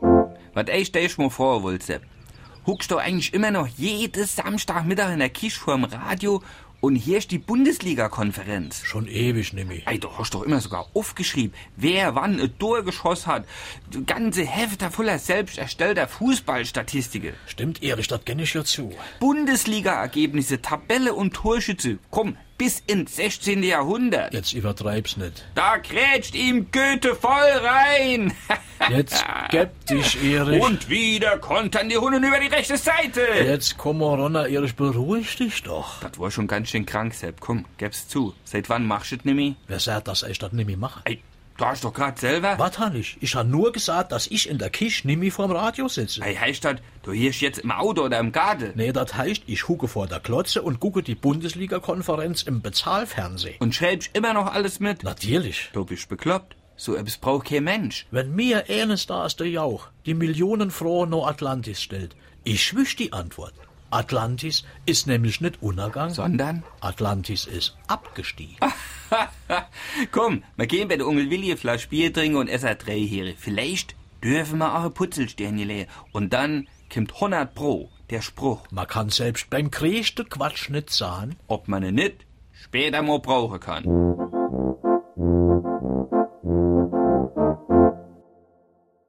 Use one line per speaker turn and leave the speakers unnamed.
Und ey, stell ich mir vor, Wulze, huckst du eigentlich immer noch jedes Samstagmittag in der Kisch vorm Radio und hier ist die Bundesliga-Konferenz.
Schon ewig, Nimi.
Ey, du hast doch immer sogar aufgeschrieben, wer wann ein Tor geschossen hat. Ganze Hefter voller selbst erstellter Fußballstatistiken.
Stimmt, Erich, das kenne ich ja zu.
Bundesliga-Ergebnisse, Tabelle und Torschütze. Komm, bis ins 16. Jahrhundert.
Jetzt übertreib's nicht.
Da grätscht ihm Goethe voll rein.
Jetzt geb dich, Erich.
Und wieder kontern die Hunden über die rechte Seite.
Jetzt komm mal runter, Erich, beruhig dich doch.
Das war schon ganz schön krank, Sepp. Komm, geb's zu. Seit wann machst du das nimi?
Wer sagt, dass ich das Nimi mache?
Ey, du hast doch grad selber.
Was hab ich? Ich hab nur gesagt, dass ich in der Kisch Nimi vorm Radio sitze.
Ey, heißt das, du hirsch jetzt im Auto oder im Garten?
Nee, das heißt, ich hucke vor der Klotze und gucke die Bundesliga-Konferenz im Bezahlfernsehen.
Und schreibst immer noch alles mit?
Natürlich.
Du bist bekloppt. So etwas braucht kein Mensch.
Wenn mir eines da ist der Jauch, die millionenfrohe No Atlantis stellt, ich wisch die Antwort. Atlantis ist nämlich nicht Untergang,
Sondern?
Atlantis ist abgestiegen.
Komm, wir gehen bei der Onkel Willi ein Flasch Bier trinken und essen drei Heere. Vielleicht dürfen wir auch ein Putzelsternchen legen. Und dann kommt 100 Pro der Spruch,
Man kann selbst beim größten Quatsch nicht sagen,
ob man ihn nicht später mal brauchen kann.